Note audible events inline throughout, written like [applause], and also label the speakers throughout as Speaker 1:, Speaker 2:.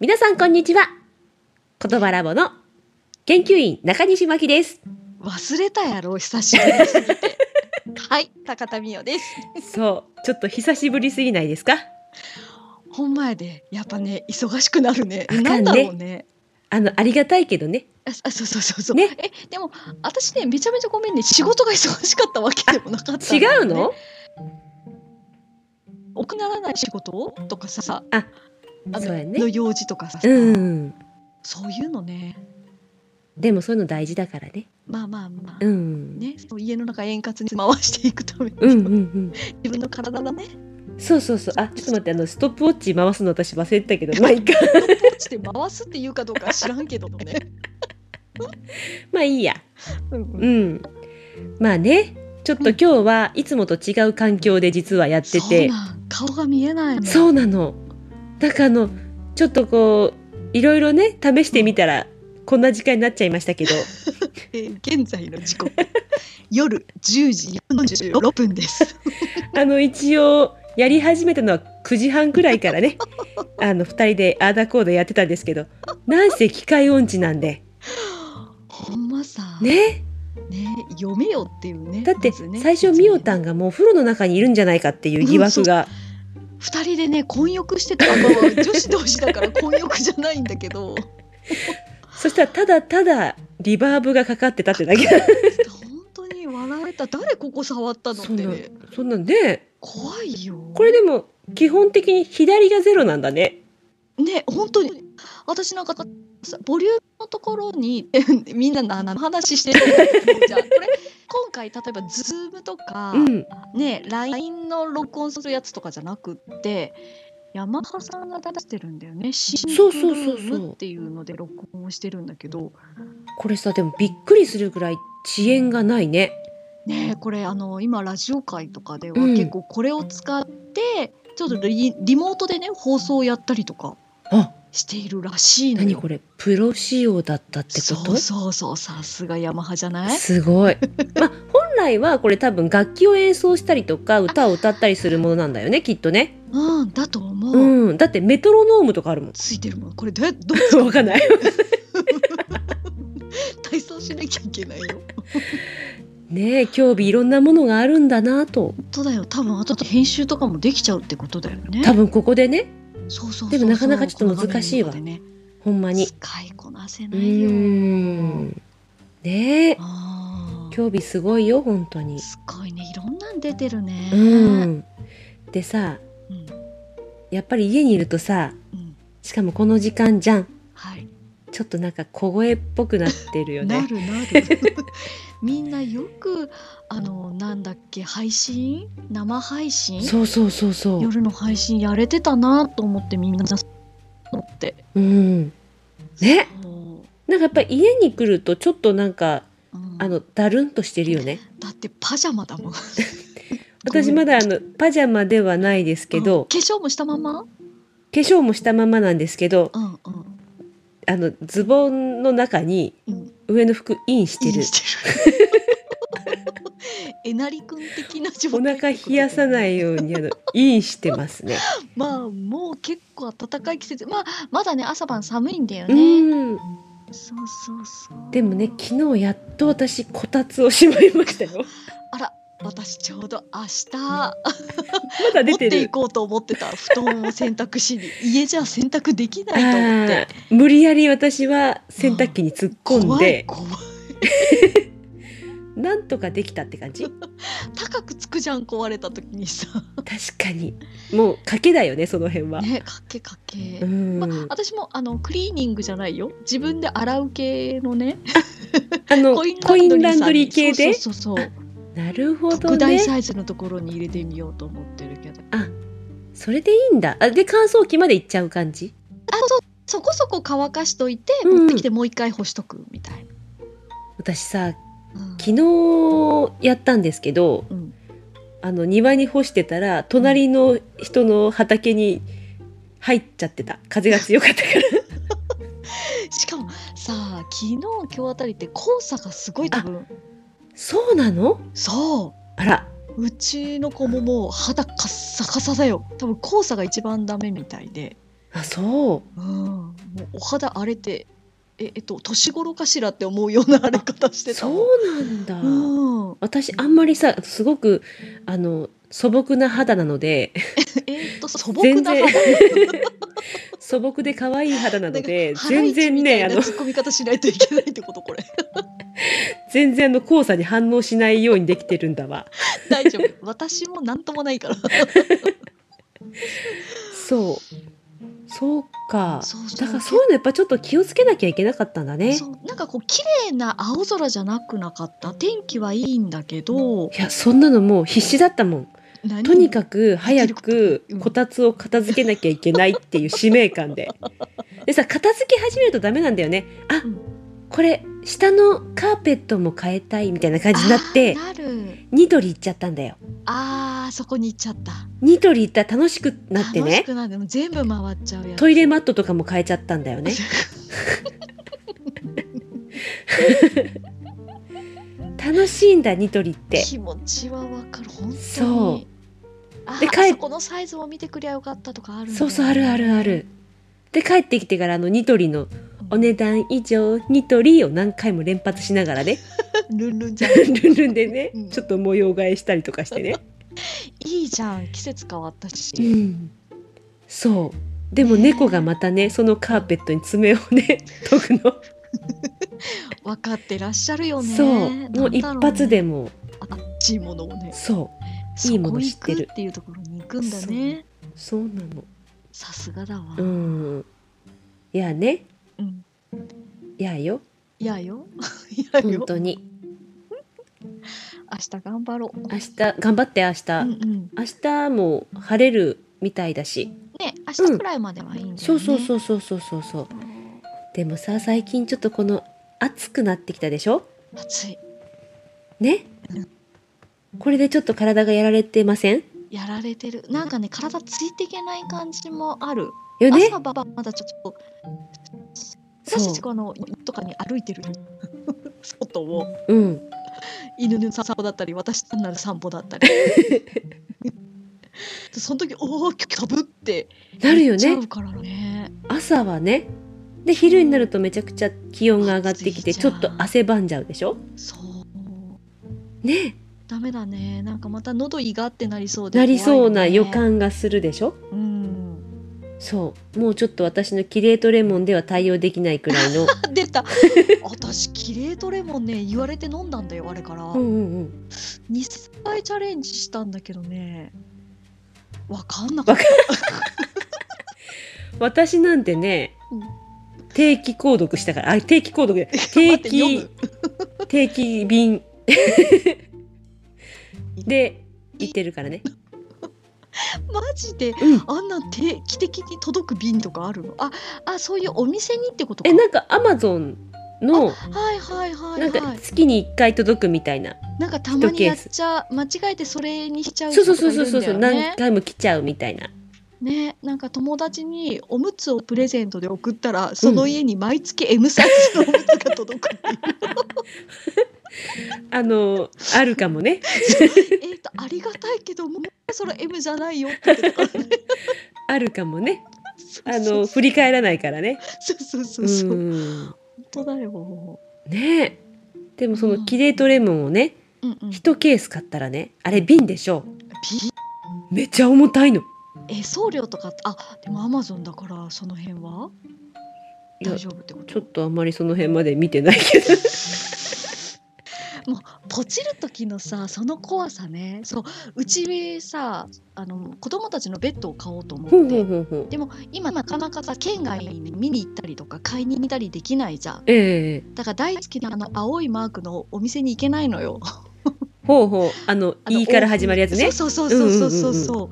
Speaker 1: 皆さんこんにちは言葉ラボの研究員中西真希です
Speaker 2: 忘れたやろ久しぶりす
Speaker 1: [laughs]
Speaker 2: ぎてはい高田美代です
Speaker 1: そうちょっと久しぶりすぎないですか
Speaker 2: ほんまやでやっぱね忙しくなるね
Speaker 1: あかんね
Speaker 2: なんだろうね
Speaker 1: あのありがたいけどね
Speaker 2: ああそうそうそうそう、
Speaker 1: ね
Speaker 2: えでも私ねめちゃめちゃごめんね仕事が忙しかったわけでもなかったん
Speaker 1: 違
Speaker 2: だよ
Speaker 1: う
Speaker 2: ね
Speaker 1: の
Speaker 2: 奥ならない仕事とかさ
Speaker 1: あ
Speaker 2: の
Speaker 1: そうやね
Speaker 2: の用事とかさ、
Speaker 1: うん
Speaker 2: そういうのね
Speaker 1: でもそういうの大事だからね
Speaker 2: まあまあまあ、
Speaker 1: うん、
Speaker 2: ねそう家の中円滑に回していくために、
Speaker 1: うんうんうん
Speaker 2: 自分の体だね
Speaker 1: そうそうそうあちょっと待ってあのストップウォッチ回すの私忘れてたけどまあいいか
Speaker 2: 落ちて回すっていうかどうか知らんけどね、
Speaker 1: まあいいや
Speaker 2: う
Speaker 1: [laughs]
Speaker 2: ん
Speaker 1: う
Speaker 2: うん
Speaker 1: んまあねちょっと今日はいつもと違う環境で実はやって
Speaker 2: そう
Speaker 1: て
Speaker 2: なん顔が見えないもん
Speaker 1: そうなのなんかあのちょっとこういろいろね試してみたらこんな時間になっちゃいましたけ
Speaker 2: [laughs]
Speaker 1: ど
Speaker 2: えー現在の時刻 [laughs] 夜10時46分です。
Speaker 1: あの一応やり始めたのは9時半くらいからねあの2人でアーダコードやってたんですけどなんせ機械音痴なんで
Speaker 2: ほんまさ、ね、
Speaker 1: ね
Speaker 2: 読めよっていうね。
Speaker 1: だって
Speaker 2: まずね
Speaker 1: 最初みおたんがもうお風呂の中にいるんじゃないかっていう疑惑が
Speaker 2: 二人でね混浴してた、まあまあ女子同士だ [laughs] から混浴じゃないんだけど、
Speaker 1: そしたらただただリバーブがかかってたってだけ
Speaker 2: 本当に笑えた。誰ここ触ったのっ
Speaker 1: そ
Speaker 2: て
Speaker 1: んな
Speaker 2: ね、
Speaker 1: そんなんで
Speaker 2: 怖いよ。
Speaker 1: これでも基本的に左がゼロなんだね。
Speaker 2: ね本当に私なんかさボリュームのところにみんな何の話 [laughs] してるのじゃあこれ今回例えばズームとか。
Speaker 1: うん、
Speaker 2: ね LINE の録音するやつとかじゃなくってヤマハさんが出してるんだよねシン
Speaker 1: そう
Speaker 2: プ
Speaker 1: そう
Speaker 2: ル
Speaker 1: そうそう
Speaker 2: ームっていうので録音をしてるんだけど
Speaker 1: これさでもびっくりするぐらい遅延がないね。
Speaker 2: ねこれあの今ラジオ界とかでは
Speaker 1: うん
Speaker 2: 結構これを使って、ちょっとリリモートでね放送をやったりとか
Speaker 1: あ
Speaker 2: しているらしいの
Speaker 1: 何
Speaker 2: よ。
Speaker 1: これプロ仕様だったってこ
Speaker 2: そうそうそうさすがヤマハじゃ
Speaker 1: と
Speaker 2: ない
Speaker 1: すご
Speaker 2: [laughs]
Speaker 1: い。まあ本来はこれ多分楽器を演奏したりとか歌を歌ったりするものなんだよねきっとね。
Speaker 2: うんだと思う、
Speaker 1: うん、だってメトロノームとかあるもん。
Speaker 2: ついてるもんこれどうやどう使う
Speaker 1: [laughs] わか
Speaker 2: [laughs]
Speaker 1: んない
Speaker 2: 体操しなきゃいけないよ。
Speaker 1: ねえ興味いろんなものがあるんだなと
Speaker 2: 本当だよ多分あと編集とかもできちゃうってことだよね
Speaker 1: 多分ここでね
Speaker 2: そうそうそうそう
Speaker 1: でもなかなかちょっと難しいわ
Speaker 2: この画面
Speaker 1: ほんま
Speaker 2: とかでね、
Speaker 1: に。
Speaker 2: 使いこなせ
Speaker 1: う
Speaker 2: ないよ
Speaker 1: ーんねえ
Speaker 2: あー
Speaker 1: 興味すごいよ本当に。
Speaker 2: すごいねいろんなん出てるね
Speaker 1: うん、でさ
Speaker 2: うん
Speaker 1: やっぱり家にいるとさ
Speaker 2: うん
Speaker 1: しかもこの時間じゃん
Speaker 2: はい
Speaker 1: ちょっとなんか小声っぽくなってるよ
Speaker 2: な
Speaker 1: ね
Speaker 2: るなる [laughs] みんなよくあのなんだっけ配信生配信
Speaker 1: そうそうそうそう
Speaker 2: 夜の配信やれてたなと思ってみんななのって
Speaker 1: うんね
Speaker 2: そう
Speaker 1: なんかやっぱり家に来るとちょっとなんか
Speaker 2: うん
Speaker 1: あのだるんとしてるよね
Speaker 2: だってパジャマだもん
Speaker 1: 私まだあのパジャマではないですけ
Speaker 2: うん
Speaker 1: ど
Speaker 2: 化粧もしたまま
Speaker 1: 化粧もしたままなんですけど
Speaker 2: うんうん
Speaker 1: あのズボンの中に
Speaker 2: うん
Speaker 1: 上の服インして
Speaker 2: イ
Speaker 1: る
Speaker 2: ンしてる [laughs] えなりくん的な状
Speaker 1: お
Speaker 2: 態
Speaker 1: 腹冷やさないいようにあのインしてますね
Speaker 2: まあもう結構暖かい季節まあまだね朝晩寒いんだよ
Speaker 1: う
Speaker 2: ね
Speaker 1: ん
Speaker 2: そうそうそう
Speaker 1: でもね昨日やっと私こたつをしまいました
Speaker 2: [laughs]
Speaker 1: よ
Speaker 2: あら私ちょうど明日
Speaker 1: まだ
Speaker 2: 持
Speaker 1: 出
Speaker 2: っててい
Speaker 1: る
Speaker 2: こうと思ってた布団を洗
Speaker 1: [laughs]
Speaker 2: 濯しに家じゃ洗濯できないと思っ
Speaker 1: あ
Speaker 2: て
Speaker 1: ー無理やり私は洗濯機に突っ込ん
Speaker 2: 怖い
Speaker 1: で
Speaker 2: 怖い
Speaker 1: なんとかできたって感じ確
Speaker 2: 高くつくじゃん壊れた時にさ
Speaker 1: かにもう賭けだよねその辺は、
Speaker 2: ねかけかけ、
Speaker 1: うん、
Speaker 2: まあ、私もあのクリーニングじゃないよ自分で洗う系のね
Speaker 1: あのコインランドリー
Speaker 2: さん
Speaker 1: 系
Speaker 2: に
Speaker 1: で
Speaker 2: そうそうそうそう
Speaker 1: なるほど
Speaker 2: 特大
Speaker 1: ね
Speaker 2: サイズのところに入れてみようと思ってるけど
Speaker 1: それでいいんだあで乾燥機までいっちゃう感じ
Speaker 2: あそうそこそこ乾かしといて、
Speaker 1: うん
Speaker 2: 持ってきてもう一回干しとくみたい
Speaker 1: 私さ
Speaker 2: な、うん
Speaker 1: 昨日やったんですけど
Speaker 2: うん
Speaker 1: あの庭に干してたら隣の人の畑に入っちゃってた風が強かった
Speaker 2: [laughs]
Speaker 1: から
Speaker 2: しかもさあ昨日今日あたりって黄砂がすごい多分
Speaker 1: そうなの
Speaker 2: そ
Speaker 1: あら
Speaker 2: ううちの子ももう肌カッサカサだよ多分黄砂が一番ダメみたいで
Speaker 1: ああそう
Speaker 2: うん、もうお肌荒れてええっと年頃かしらって思うような荒れ方してた
Speaker 1: そ
Speaker 2: もん
Speaker 1: うなんだ、
Speaker 2: うん、
Speaker 1: 私あんまりさすごくあの素朴な肌なの
Speaker 2: [laughs]
Speaker 1: で
Speaker 2: えっと素朴な
Speaker 1: 全
Speaker 2: 肌
Speaker 1: 素朴で可愛い肌なので
Speaker 2: ハラ
Speaker 1: 全
Speaker 2: イチ
Speaker 1: 然
Speaker 2: みたい
Speaker 1: ねあ
Speaker 2: な
Speaker 1: の
Speaker 2: 突っ込み方しないといけないってことこれ
Speaker 1: 全然あの交差に反応しないようにできてるんだわ
Speaker 2: 大丈夫私もなんともないから
Speaker 1: そうそうか
Speaker 2: [laughs] そうそう
Speaker 1: だからそういうのやっぱちょっと気をつけなきゃいけなかったんだね
Speaker 2: そうなんかこう綺麗な青空じゃなくなかった天気はいいんだけど
Speaker 1: いやそんなのもう必死だったもんとにか
Speaker 2: く
Speaker 1: く早く
Speaker 2: うん
Speaker 1: こたつを片付けなきゃいけないっていう使命感
Speaker 2: [laughs]
Speaker 1: で。でさ片付け始めるとダメなんだよね。あ、
Speaker 2: うん
Speaker 1: これ下のカーペットも変えたいみたいな感じになって
Speaker 2: なる
Speaker 1: ニトリ行っちゃったんだよ。
Speaker 2: あーそこに行っちゃった
Speaker 1: ニトリ行ったら楽しくなって
Speaker 2: 楽し
Speaker 1: ね
Speaker 2: くなってもう全部回っちゃうやつ
Speaker 1: トイレマットとかも変えちゃったんだよね。 [laughs] 楽しいんだニトリ
Speaker 2: [laughs]
Speaker 1: って。
Speaker 2: 気持ちはわかる本当に
Speaker 1: そう
Speaker 2: あ
Speaker 1: で
Speaker 2: で
Speaker 1: 帰っ
Speaker 2: あそこのサイズを見てくりゃよかったとかあるんだよね
Speaker 1: そうそうあるあるある。で帰ってきてからあのニトリのお値段以上ニトリを何回も連発しながら
Speaker 2: [laughs]
Speaker 1: ね
Speaker 2: ルンルンじゃん
Speaker 1: [laughs] ルンルンでね
Speaker 2: うん
Speaker 1: ちょっと模様替えしたりとかしてね。
Speaker 2: いいじゃん季節変わったし、
Speaker 1: うん、そうでも猫がまたねそのカーペットに爪を
Speaker 2: [laughs]
Speaker 1: ね研ぐの、
Speaker 2: 分かってらっしゃるよね
Speaker 1: そうもう一発でも
Speaker 2: あっちいものをね
Speaker 1: そう
Speaker 2: い
Speaker 1: いもの知ってる
Speaker 2: っていうところに行くんだね
Speaker 1: そうなの
Speaker 2: さすがだわ、
Speaker 1: うんいやね
Speaker 2: うん
Speaker 1: いやよ
Speaker 2: いやよいやよ
Speaker 1: 本当に
Speaker 2: 明日頑張ろう
Speaker 1: 明日頑張って明日、
Speaker 2: うんうん
Speaker 1: 明日も晴れるみたいだし、
Speaker 2: ね明日くらいまではいいんだよね、
Speaker 1: そうそうそうそうそうそうそうでもさ最近ちょっとこの暑くなってきたでしょ
Speaker 2: 暑い
Speaker 1: ねこれでちょっと体がやられてません
Speaker 2: やられてるなんかね体ついていけない感じもある、
Speaker 1: よね
Speaker 2: 朝ばばまだちょっと
Speaker 1: そう
Speaker 2: 私たちこの夜とかに歩いてる [laughs] 外を
Speaker 1: うん
Speaker 2: 犬の散歩だったり私単なる散歩だっ
Speaker 1: [laughs]
Speaker 2: たりでその時おおかぶって
Speaker 1: なるよ
Speaker 2: 行っちゃ
Speaker 1: ね
Speaker 2: うからね
Speaker 1: 朝はねで昼になるとめちゃくちゃ気温が上がってきて
Speaker 2: 暑い
Speaker 1: ち
Speaker 2: じ
Speaker 1: ょ
Speaker 2: ゃん
Speaker 1: っと汗ばんじゃうでしょ
Speaker 2: そう
Speaker 1: ね
Speaker 2: ダメだねなんかまた喉いがってなりそうで
Speaker 1: なりそうな
Speaker 2: 怖いね
Speaker 1: 予感がするでしょ
Speaker 2: うん
Speaker 1: そうもうちょっと私のキレートレモンでは対応できないくらいの
Speaker 2: あ出た [laughs] 私キレートレモンね言われて飲んだんだよあれから、
Speaker 1: うんうんうん
Speaker 2: 2回チャレンジしたんだけどねわかんなかった
Speaker 1: 私なんてね、
Speaker 2: うん
Speaker 1: 定期購読したからあ定期購読
Speaker 2: [laughs]
Speaker 1: で定
Speaker 2: 待って
Speaker 1: 期
Speaker 2: 読
Speaker 1: 定期便で行ってるからね
Speaker 2: むマジで
Speaker 1: うん
Speaker 2: あんな定期的に届く瓶とかあるのああそういうお店にってことか
Speaker 1: えなんかアマゾンの
Speaker 2: はいはいはい
Speaker 1: な
Speaker 2: は
Speaker 1: ん
Speaker 2: い
Speaker 1: か月に1回届くみたいな
Speaker 2: なんかたまにやっ
Speaker 1: 一ケー
Speaker 2: ちゃ間違えてそれにしちゃう
Speaker 1: そ
Speaker 2: 人
Speaker 1: うそう
Speaker 2: とか
Speaker 1: そう
Speaker 2: い
Speaker 1: そうそ
Speaker 2: るん
Speaker 1: う
Speaker 2: だよ
Speaker 1: 何
Speaker 2: ね
Speaker 1: 回も来ちゃうみたいな
Speaker 2: ねなんか友達におむつをプレゼントで送ったらその家に毎月 M サイズのおむつが届く [laughs] っていう
Speaker 1: あのあるかもね
Speaker 2: えっとありがたいけどもうそれ M じゃないよって言ってたからね
Speaker 1: あるかもねあ
Speaker 2: そう
Speaker 1: の振り返らないからね
Speaker 2: そうそう [laughs] そううそう
Speaker 1: ーん
Speaker 2: 本当だよ。
Speaker 1: ねえでもそうの
Speaker 2: ん
Speaker 1: キレートレモンをね
Speaker 2: うんうん。
Speaker 1: 1ケース買ったらねあれ瓶でしょめっちゃ重たいの
Speaker 2: え送料とかってあでもアマゾンだからその辺はい
Speaker 1: や
Speaker 2: 大丈夫ってこと。
Speaker 1: ちょっとあんまりその辺まで見てないけど
Speaker 2: ポチる時のさその怖さね。そううちさあの子供たちのベッドを買おうと思
Speaker 1: ほうほ
Speaker 2: っ
Speaker 1: う
Speaker 2: て。
Speaker 1: ほうほう
Speaker 2: でも今なかなかさ県外に見に行ったりとか買いに行ったりできないじゃん
Speaker 1: ええ
Speaker 2: だから大好きなあの青いマークのお店に行けないのよ
Speaker 1: ほうほうあの「
Speaker 2: あの
Speaker 1: [laughs] いい」から始まるやつね
Speaker 2: そうそうそうそうそうそ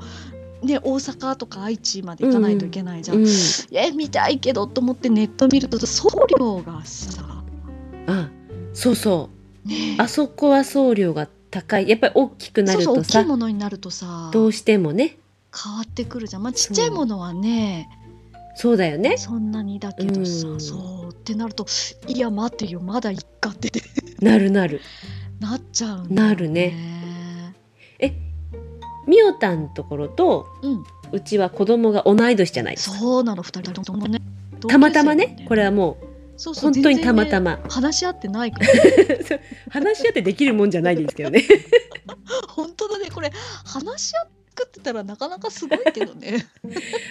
Speaker 2: う,、ね大阪とか愛知まで行かないといけないじゃん、
Speaker 1: うん
Speaker 2: え見たいけどと思ってネット見ると送料がさ
Speaker 1: あそうそう
Speaker 2: ねえ
Speaker 1: あそこは送料が高いやっぱり大きくな
Speaker 2: そう
Speaker 1: る
Speaker 2: そう
Speaker 1: と
Speaker 2: 大きい
Speaker 1: さ
Speaker 2: ものになるとさ
Speaker 1: どうしてもね
Speaker 2: 変わってくるじゃんまあちっちゃいものはね
Speaker 1: そうだよね
Speaker 2: そんなにだけどさ、
Speaker 1: うん
Speaker 2: そうってなるといや待てよまだいっかって
Speaker 1: なるなる
Speaker 2: なっちゃうん
Speaker 1: なるねみおたんところと
Speaker 2: うん
Speaker 1: うちは子供が同い年じゃないですか
Speaker 2: そうなの二人ともね
Speaker 1: たまたまねこれはも
Speaker 2: そう
Speaker 1: う
Speaker 2: そう
Speaker 1: 本当にたまた
Speaker 2: ま
Speaker 1: ま、
Speaker 2: 話し合ってないから [laughs] ね
Speaker 1: 話し合ってできるもんじゃないですけど [laughs] ね
Speaker 2: 本当だねこれ話し合って作ってたらなかなかすごいけどね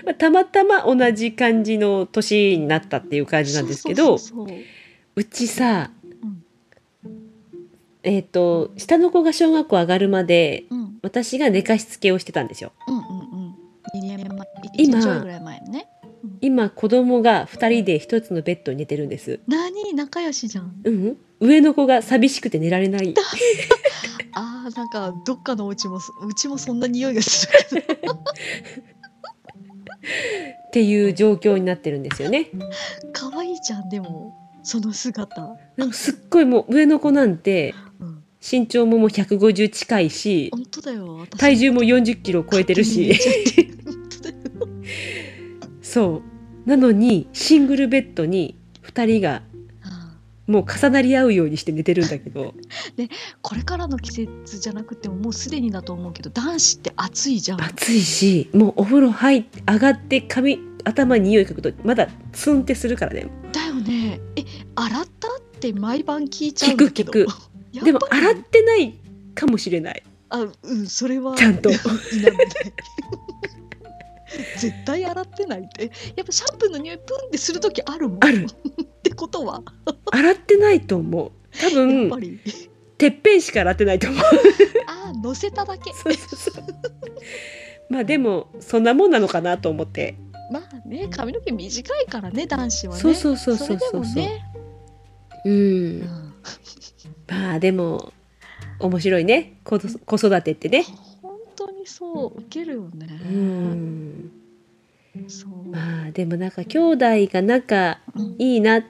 Speaker 1: まあたまたま同じ感じの年になったっていう感じなんですけど
Speaker 2: そうそうそう
Speaker 1: うちさ、
Speaker 2: うん
Speaker 1: えっ、と下の子が小学校上がるまで
Speaker 2: そううん
Speaker 1: 私が寝かしつけをしてたんですよ
Speaker 2: うんうんうん二年前一
Speaker 1: 今
Speaker 2: 年ちょいぐらい前ね
Speaker 1: 今子供が2人で1つのベッドに寝てるんです
Speaker 2: 何仲良しじゃん
Speaker 1: うん上の子が寂しくて寝られない
Speaker 2: あーなんかどっかのお家もうちもそんな匂いがする [laughs] けど
Speaker 1: っていう状況になってるんですよね
Speaker 2: 可愛いじゃんでもその姿
Speaker 1: なんかすっごいもう上の子なんて
Speaker 2: うん
Speaker 1: 身長ももう150近いし
Speaker 2: 本当だよ私
Speaker 1: 体重も40キロを超えてる
Speaker 2: [laughs]
Speaker 1: し
Speaker 2: 勝手に寝ちゃって本当だよ
Speaker 1: そうなのにシングルベッドに2人が
Speaker 2: あ
Speaker 1: もう重なり合うようにして寝てるんだけど
Speaker 2: ーこれからの季節じゃなくてももうすでにだと思うけど男子って暑いじゃん
Speaker 1: 暑いしもうお風呂入って上がって髪頭に匂いかくとまだツンってするからね
Speaker 2: だよねえ洗ったって毎晩聞いち
Speaker 1: 聞
Speaker 2: ゃうん
Speaker 1: く
Speaker 2: だけ
Speaker 1: 聞
Speaker 2: ど
Speaker 1: く
Speaker 2: やっぱり
Speaker 1: でも洗ってないかもしれない
Speaker 2: あうんそれは
Speaker 1: ちゃんと
Speaker 2: 否めない [laughs] 絶対洗ってないってやっぱシャンプーの匂いプンってする時あるもん
Speaker 1: ある
Speaker 2: ってことは
Speaker 1: 洗ってないと思う多
Speaker 2: やっ
Speaker 1: 分
Speaker 2: ぱ
Speaker 1: [laughs]
Speaker 2: り、
Speaker 1: てっぺんしか洗ってないと思う
Speaker 2: [laughs]
Speaker 1: [laughs]
Speaker 2: ああ乗せただけ
Speaker 1: そうそうそうまあでもそんなもんなのかなと思って
Speaker 2: まあね髪の毛短いからね男子はね
Speaker 1: そうそうそうそう
Speaker 2: それで
Speaker 1: そ
Speaker 2: も
Speaker 1: うそう
Speaker 2: ね、
Speaker 1: うん
Speaker 2: うん
Speaker 1: まあでも面白いね子ど子育てってね
Speaker 2: 本当にそう受けるよね、
Speaker 1: うん
Speaker 2: そう、
Speaker 1: まあでもなんか兄弟が仲
Speaker 2: うん
Speaker 1: いいな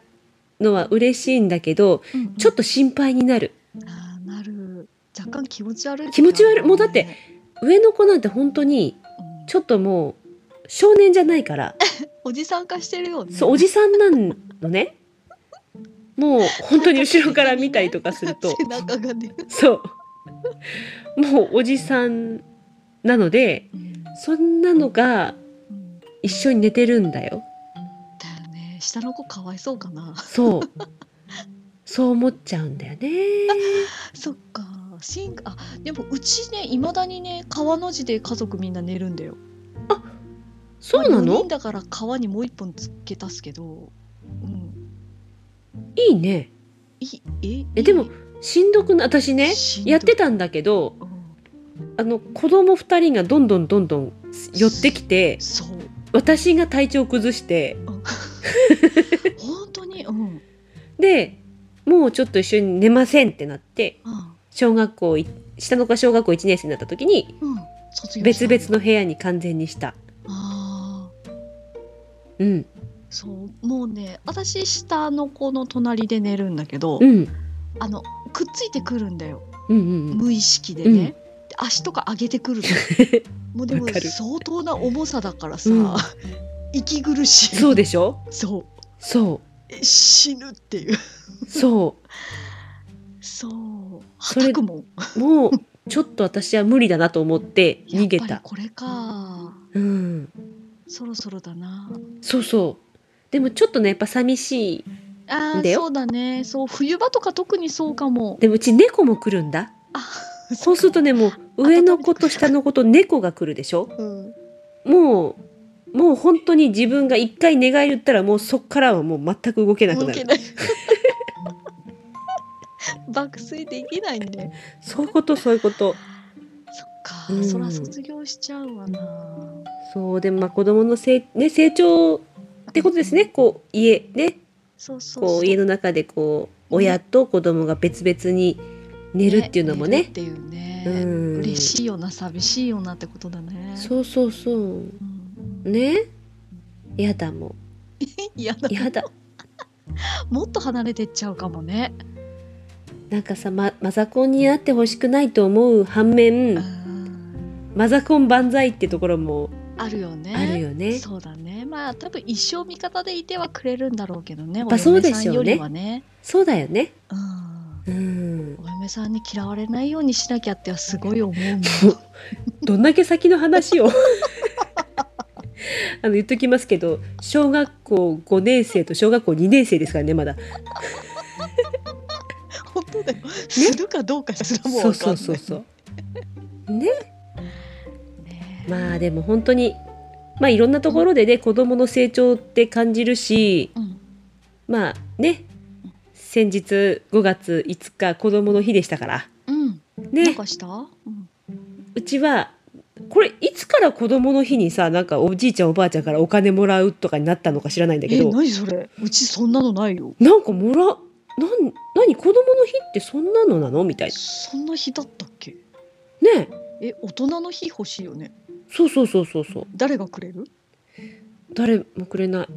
Speaker 1: のは嬉しいんだけど
Speaker 2: うん
Speaker 1: ちょっと心配になる
Speaker 2: あーなる若干気持ち悪い時あるよね、
Speaker 1: 気持ち悪いもうだって上の子なんて本当に
Speaker 2: うん
Speaker 1: ちょっともう少年じゃないから
Speaker 2: おじさん化してるよね [laughs]
Speaker 1: そうおじさんなんのねもう本当に後ろから見たりとかす
Speaker 2: [laughs]
Speaker 1: ると
Speaker 2: 背中がね、
Speaker 1: そうもうおじさんなので
Speaker 2: うん
Speaker 1: そんなのが
Speaker 2: うんだ
Speaker 1: 一緒に寝てるんだよ
Speaker 2: よね下の子かわいそうかな [laughs]
Speaker 1: そうそう思っちゃうんだよね
Speaker 2: そっかシンクあでもうちねいまだにね川の字で家族みんな寝るんだよ
Speaker 1: そうな
Speaker 2: まあ四
Speaker 1: の
Speaker 2: 人だから川にもう一本つけ足すけどうん
Speaker 1: いいね
Speaker 2: いえ
Speaker 1: え
Speaker 2: い
Speaker 1: でもしんどくな私ね
Speaker 2: しんどい
Speaker 1: やってたんだけど
Speaker 2: うん
Speaker 1: あの子供2人がどんどんどんどん寄ってきて
Speaker 2: そう
Speaker 1: 私が体調崩して
Speaker 2: 本当にうん、うん、
Speaker 1: でもうちょっと一緒に寝ませんってなって小学校い下の子が小学校1年生になった時に
Speaker 2: うん卒業した
Speaker 1: 別々の部屋に完全にした
Speaker 2: ああ
Speaker 1: うん
Speaker 2: そうもうね私下の子の隣で寝るんだけど、
Speaker 1: うんうん
Speaker 2: あのくっついてくるんだよ
Speaker 1: うんうん
Speaker 2: 無意識でね、
Speaker 1: うん
Speaker 2: で足とか上げてくるの
Speaker 1: [laughs]
Speaker 2: もうでも
Speaker 1: わかる
Speaker 2: 相当な重さだからさ、
Speaker 1: うん
Speaker 2: 息苦しい
Speaker 1: そうでしょ
Speaker 2: そう
Speaker 1: そ
Speaker 2: え死ぬっていう
Speaker 1: うそう
Speaker 2: そうは
Speaker 1: それ
Speaker 2: たくもん
Speaker 1: もうちょっと私は無理だなと思って逃げ
Speaker 2: やったぱり。これか
Speaker 1: うん、
Speaker 2: そろそろだな
Speaker 1: そうそう。でもちょっとねやっぱ寂しい。
Speaker 2: あ
Speaker 1: だ
Speaker 2: ー
Speaker 1: よ
Speaker 2: そうだねそう冬場とか特にそうかも
Speaker 1: でもうち猫も来るんだ。
Speaker 2: あ
Speaker 1: そうするとねもう上の子と下の子と猫が来るでしょ。
Speaker 2: うん
Speaker 1: もうもう本当に自分が一回寝返り打ったらもうそっからはもう全く動けなく
Speaker 2: 動
Speaker 1: な
Speaker 2: け
Speaker 1: る。
Speaker 2: ない [laughs] 爆睡できないね
Speaker 1: そういうことそういうこと。
Speaker 2: そっ
Speaker 1: う
Speaker 2: か、
Speaker 1: ん
Speaker 2: そら卒業しちゃうわな
Speaker 1: そうでもまあ子供のせいね成長ってことですね。こう家ね
Speaker 2: そうそう
Speaker 1: こ
Speaker 2: そう
Speaker 1: う家の中でこう親と子供が別々に寝るっていうのも
Speaker 2: 寝る
Speaker 1: ね
Speaker 2: っ。ていうね、
Speaker 1: うん
Speaker 2: 嬉しいような寂しいようなってことだね。
Speaker 1: そうそうそう。
Speaker 2: うん
Speaker 1: ねやだも
Speaker 2: いやだ
Speaker 1: うや
Speaker 2: [laughs]
Speaker 1: だ
Speaker 2: もっと離れてっちゃうかもね。
Speaker 1: なんかさ、ま、マザコンになってほしくないと思う反
Speaker 2: う
Speaker 1: 面
Speaker 2: ん
Speaker 1: マザコン万歳ってところも
Speaker 2: あるよね。
Speaker 1: あるよね
Speaker 2: そうだね。まあ多分一生味方でいてはくれるんだろうけどね。やっ
Speaker 1: ぱそうでしょ
Speaker 2: よ
Speaker 1: うね
Speaker 2: りはね。
Speaker 1: そうだよね
Speaker 2: うん。
Speaker 1: うん
Speaker 2: お嫁さんに嫌われないようにしなきゃってはすごい思うもん。
Speaker 1: どんだけ先の話を [laughs] あの言っときますけど小学校5年生と小学校2年生ですからねまだ
Speaker 2: [laughs] 本当だよするかどうかすらも
Speaker 1: そう
Speaker 2: 分かん
Speaker 1: そう
Speaker 2: ない
Speaker 1: そうそうね
Speaker 2: ね
Speaker 1: まあでも本当にまあいろんなところでね子どもの成長って感じるし
Speaker 2: うん
Speaker 1: まあね先日5月5日子どもの日でしたから
Speaker 2: うんなん
Speaker 1: ね
Speaker 2: かした、うん、
Speaker 1: うちはこれいつから子どもの日にさなんかおじいちゃんおばあちゃんからお金もらうとかになったのか知らないんだけ
Speaker 2: え
Speaker 1: ど
Speaker 2: 何それうちそんなのないよ
Speaker 1: なんかもらなん何子どもの日ってそんなのなのみたい
Speaker 2: そんな日だったっけ
Speaker 1: なね
Speaker 2: え大人の日欲しいよね
Speaker 1: そうそうそうそうそう
Speaker 2: 誰がくれる
Speaker 1: 誰もくれない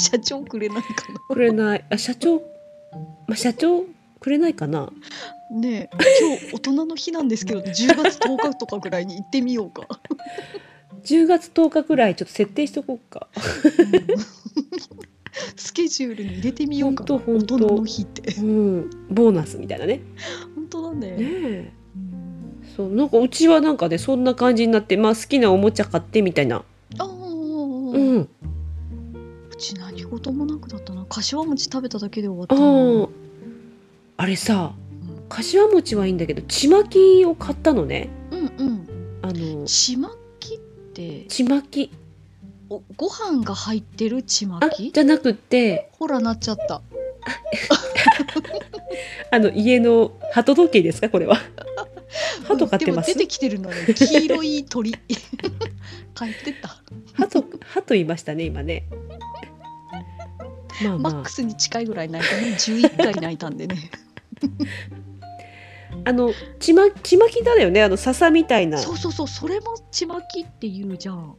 Speaker 2: 社長くれないか
Speaker 1: くれないあ社長、まあ、社長くれないかな
Speaker 2: なねえ今日大人の日なんですけど10月10日とかぐらいに行ってみようか、
Speaker 1: 10月10日くらいちょっと設定しとこうか
Speaker 2: うんスケジュールに入れてみようかな
Speaker 1: ほんとほんと
Speaker 2: 大人の日って
Speaker 1: うんボーナスみたいなね
Speaker 2: 本当だね
Speaker 1: ねえ
Speaker 2: うん
Speaker 1: そうなんかうちはなんかねそんな感じになってまあ好きなおもちゃ買ってみたいな
Speaker 2: ああ、う
Speaker 1: うん
Speaker 2: ち何事もなくだったな柏餅食べただけで終わっ
Speaker 1: あ
Speaker 2: たな
Speaker 1: ーあれさ柏餅はいいんだけどちまきを買ったのね
Speaker 2: うんうん
Speaker 1: あの
Speaker 2: ちまきって
Speaker 1: ちまき
Speaker 2: おご飯が入ってるちま
Speaker 1: あ
Speaker 2: き
Speaker 1: じゃなくて
Speaker 2: ほらなっちゃった
Speaker 1: あの家の鳩時計ですかこれ
Speaker 2: [laughs]
Speaker 1: は鳩買ってま
Speaker 2: うん
Speaker 1: す
Speaker 2: でも出てきてる
Speaker 1: [laughs]
Speaker 2: のね黄色い鳥 [laughs] 買ってった
Speaker 1: 鳩鳩いましたね今
Speaker 2: [laughs]
Speaker 1: ねまあ
Speaker 2: マ
Speaker 1: ま
Speaker 2: ックスに近いぐらい泣いたね11回泣いたんで
Speaker 1: [laughs]
Speaker 2: ね
Speaker 1: ああのちまちまきだよねあの笹みたいな
Speaker 2: そうそうそうそれもちまきっていうじゃん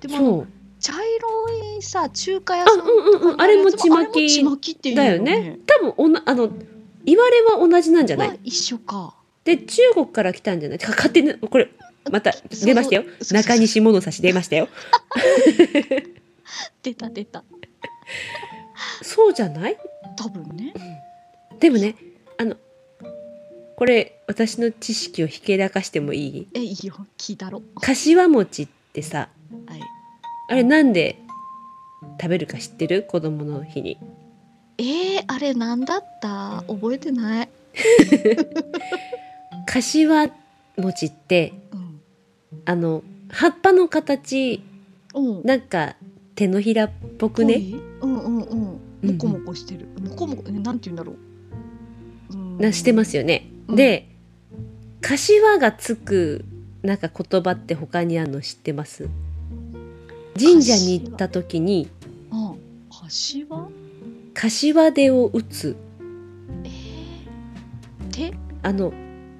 Speaker 2: でもあの
Speaker 1: そう
Speaker 2: 茶色いさ中華屋
Speaker 1: あ
Speaker 2: さ
Speaker 1: うんんうんうんあれもちま
Speaker 2: あれもち
Speaker 1: き
Speaker 2: まきっていう
Speaker 1: だよね多分おなあの言われは同じなんじゃない
Speaker 2: は一緒か
Speaker 1: で中国から来たんじゃないてか勝手にこれまた
Speaker 2: そう
Speaker 1: 出ましたよ
Speaker 2: そうそう
Speaker 1: 中西物差し出ましたよ
Speaker 2: 出た出た
Speaker 1: そうじゃない
Speaker 2: 多分ね
Speaker 1: でもねあのこれ私の知識をひけらかしてもいい
Speaker 2: えいいよ聞いたろ
Speaker 1: 柏餅ってさ
Speaker 2: はい
Speaker 1: あれなんで食べるか知ってる子供の日に
Speaker 2: えー、あれなんだった覚えてない、
Speaker 1: 柏餅って
Speaker 2: うん、
Speaker 1: あの葉っぱの形
Speaker 2: うん
Speaker 1: なんか手のひらっぽくね
Speaker 2: ぽいうんうんうん。
Speaker 1: うんう
Speaker 2: も
Speaker 1: ん
Speaker 2: こもこしてる。もこもこ、えなんて言うんだろう。うん
Speaker 1: なしてますよね。
Speaker 2: うん
Speaker 1: で柏がつくなんか言葉って他にあるの知ってます神社に行った時に
Speaker 2: うん。柏。
Speaker 1: 柏手を打つ
Speaker 2: えー、手。
Speaker 1: あの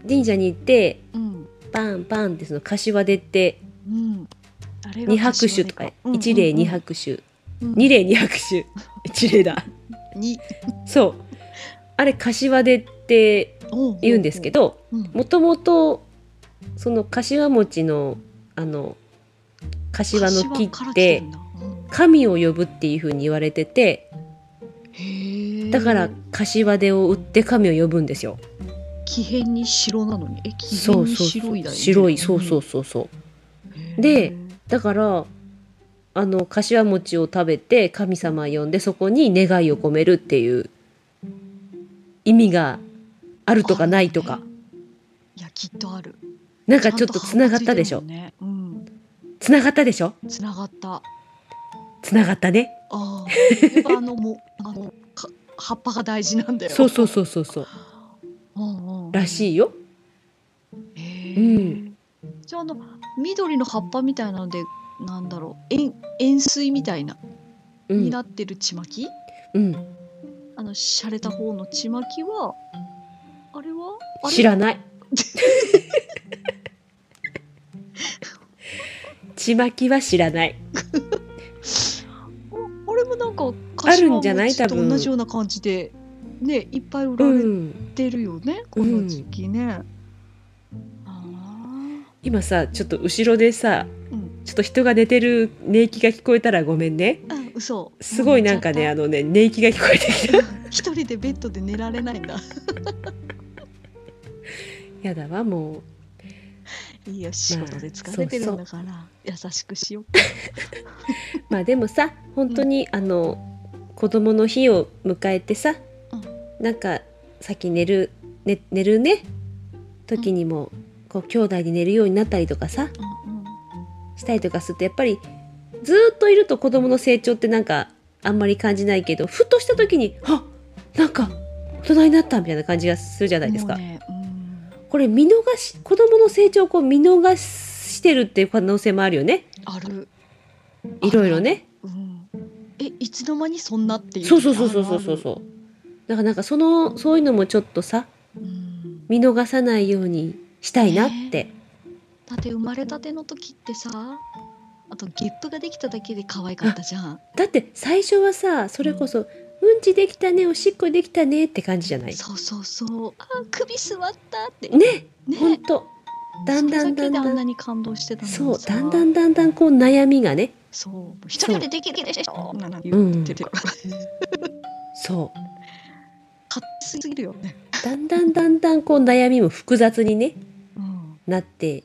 Speaker 1: 神社に行って
Speaker 2: うん。
Speaker 1: バンバンってその柏手って
Speaker 2: うん。あれが
Speaker 1: 二拍手とか
Speaker 2: 柏手
Speaker 1: 一礼二。拍手
Speaker 2: うんうんうん
Speaker 1: 二。礼二拍
Speaker 2: [laughs]
Speaker 1: 手一礼だ
Speaker 2: 二。
Speaker 1: そうあれ柏手って言うんですけ
Speaker 2: ど。
Speaker 1: ど
Speaker 2: うん
Speaker 1: もともとその柏餅のあの柏の木
Speaker 2: 柏から
Speaker 1: っ
Speaker 2: 来て
Speaker 1: て
Speaker 2: るんだうん
Speaker 1: 神を呼ぶっていう風に言われてて
Speaker 2: へえ。
Speaker 1: だから柏手を売って神を呼ぶんですよ。
Speaker 2: 奇変に白なのに。え、奇
Speaker 1: そう
Speaker 2: 変に
Speaker 1: そう
Speaker 2: 白
Speaker 1: そ
Speaker 2: い
Speaker 1: う
Speaker 2: だよね。。
Speaker 1: 白いそうそううそうそうんで
Speaker 2: へー。
Speaker 1: だからあの柏餅を食べて神様を呼んでそこに願いを込めるっていう意味があるとかないと
Speaker 2: あ
Speaker 1: か
Speaker 2: るいや、きっとある。
Speaker 1: なんかちょっとつながったでしょ
Speaker 2: ちゃんと葉っぱついてるもんね。
Speaker 1: つながったでしょ
Speaker 2: うん。つながった。
Speaker 1: つながったね
Speaker 2: ああ、やっぱあのもうあのか葉っぱが大事なんだよ。
Speaker 1: そうそうそうそうそう
Speaker 2: うんうん。
Speaker 1: らしいよ
Speaker 2: へえ
Speaker 1: うん
Speaker 2: じゃああの緑の葉っぱみたいなのでなんだろう円円錐みたいな、
Speaker 1: う
Speaker 2: に
Speaker 1: ん
Speaker 2: なってるちまき
Speaker 1: うん
Speaker 2: あの洒落た方のちまきはあれはあれ
Speaker 1: 知ら
Speaker 2: [laughs]
Speaker 1: ないちまきは知らない
Speaker 2: ああれもなんか
Speaker 1: あるんじゃない
Speaker 2: 柏餅
Speaker 1: 多分
Speaker 2: と同じような感じでねいっぱい売
Speaker 1: う
Speaker 2: られ
Speaker 1: ん
Speaker 2: てるよね、この時期ね。あ
Speaker 1: 今さちょっと後ろでさ、
Speaker 2: うん
Speaker 1: ちょっと人が寝てる寝息が聞こえたらごめんね
Speaker 2: あ、うん嘘。
Speaker 1: すごいなんかねあのね寝息が聞こえ
Speaker 2: [laughs]
Speaker 1: てきた
Speaker 2: 一人でベッドで寝られないんだ。
Speaker 1: やだわもう
Speaker 2: いいよ仕事で疲れてるんだから、優しくしよう
Speaker 1: [laughs] まあでもさ本当に、あの子供の日を迎えてさ、なんか先寝る、ね、寝るね時にも、こう兄弟で寝るようになったりとかさ
Speaker 2: うんうん
Speaker 1: したりとかするとやっぱりずーっといると子供の成長ってなんかあんまり感じないけどふとした時にあなんか大人になったみたいな感じがするじゃ [laughs] ないですか。
Speaker 2: もうねうん
Speaker 1: これ見逃し子供の成長をこう見逃してるっていう可能性もあるよね
Speaker 2: ある
Speaker 1: いろいろね。
Speaker 2: うんえいつの間にそんなっていう
Speaker 1: そうそうそうそうそうそう
Speaker 2: う、
Speaker 1: そうだからなんかそのそういうのもちょっとさ
Speaker 2: うん、
Speaker 1: 見逃さないようにしたいなって、
Speaker 2: だって生まれたての時ってさあとゲップができただけで可愛かったじゃ
Speaker 1: [laughs]
Speaker 2: ん、
Speaker 1: だって最初はさそれこそ「うんちできたねおしっこできたね」って感じじゃない
Speaker 2: そうそうそうあー首すわったってね
Speaker 1: ねほんとだんだんだ
Speaker 2: それ
Speaker 1: ん
Speaker 2: けで
Speaker 1: だ
Speaker 2: あんなんに感動してたのにさ
Speaker 1: そうだんだんだんだんこう悩みがね
Speaker 2: そう一人でできるでしょなん [laughs] か言ってる、勝
Speaker 1: そう
Speaker 2: 手すぎるよね、
Speaker 1: だんだんだんだんこう悩みも複雑にね
Speaker 2: うん、
Speaker 1: なって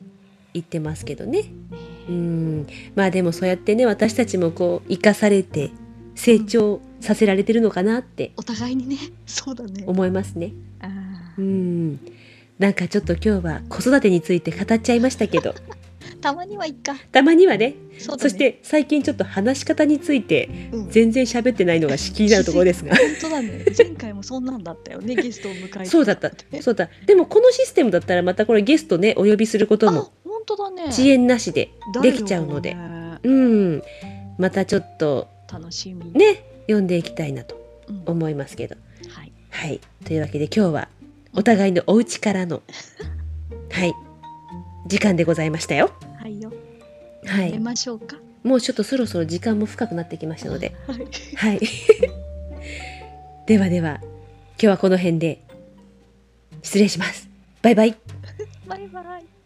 Speaker 1: いってますけどねうんまあでもそうやってね私たちもこう生かされて成長させられてるのかなって
Speaker 2: お互いにね [laughs] そうだね
Speaker 1: 思いますね。
Speaker 2: あ
Speaker 1: う
Speaker 2: ー
Speaker 1: んなんかちょっと今日は子育てについて語っちゃいましたけ
Speaker 2: [laughs]
Speaker 1: ど
Speaker 2: たまにはいっか
Speaker 1: たまにはね
Speaker 2: そうだ
Speaker 1: そ
Speaker 2: ね
Speaker 1: して最近ちょっと話し方について
Speaker 2: うん
Speaker 1: 全然喋ってないのが気になるところですが
Speaker 2: 本当
Speaker 1: [laughs]
Speaker 2: だね前回もそんなんだったよねゲストを迎えて
Speaker 1: そうだったそうだでもこのシステムだったらまたこれゲストねお呼びすること
Speaker 2: あ
Speaker 1: も
Speaker 2: 本当だね
Speaker 1: 遅延なしで
Speaker 2: だよ
Speaker 1: できちゃうので
Speaker 2: ね
Speaker 1: うんまたちょっと
Speaker 2: 楽しみ、
Speaker 1: ね読んでいきたいなと
Speaker 2: うん
Speaker 1: 思いますけど
Speaker 2: はい
Speaker 1: はい。というわけで今日はお互いのお家からの、はい、時間でございましたよ。
Speaker 2: はいよ
Speaker 1: は
Speaker 2: 寝
Speaker 1: い。
Speaker 2: ましょうか
Speaker 1: もうちょっとそろそろ時間も深くなってきましたので、 [laughs]
Speaker 2: はい
Speaker 1: はい。ではでは、今日はこの辺で失礼します。バイバイ。
Speaker 2: バイバイ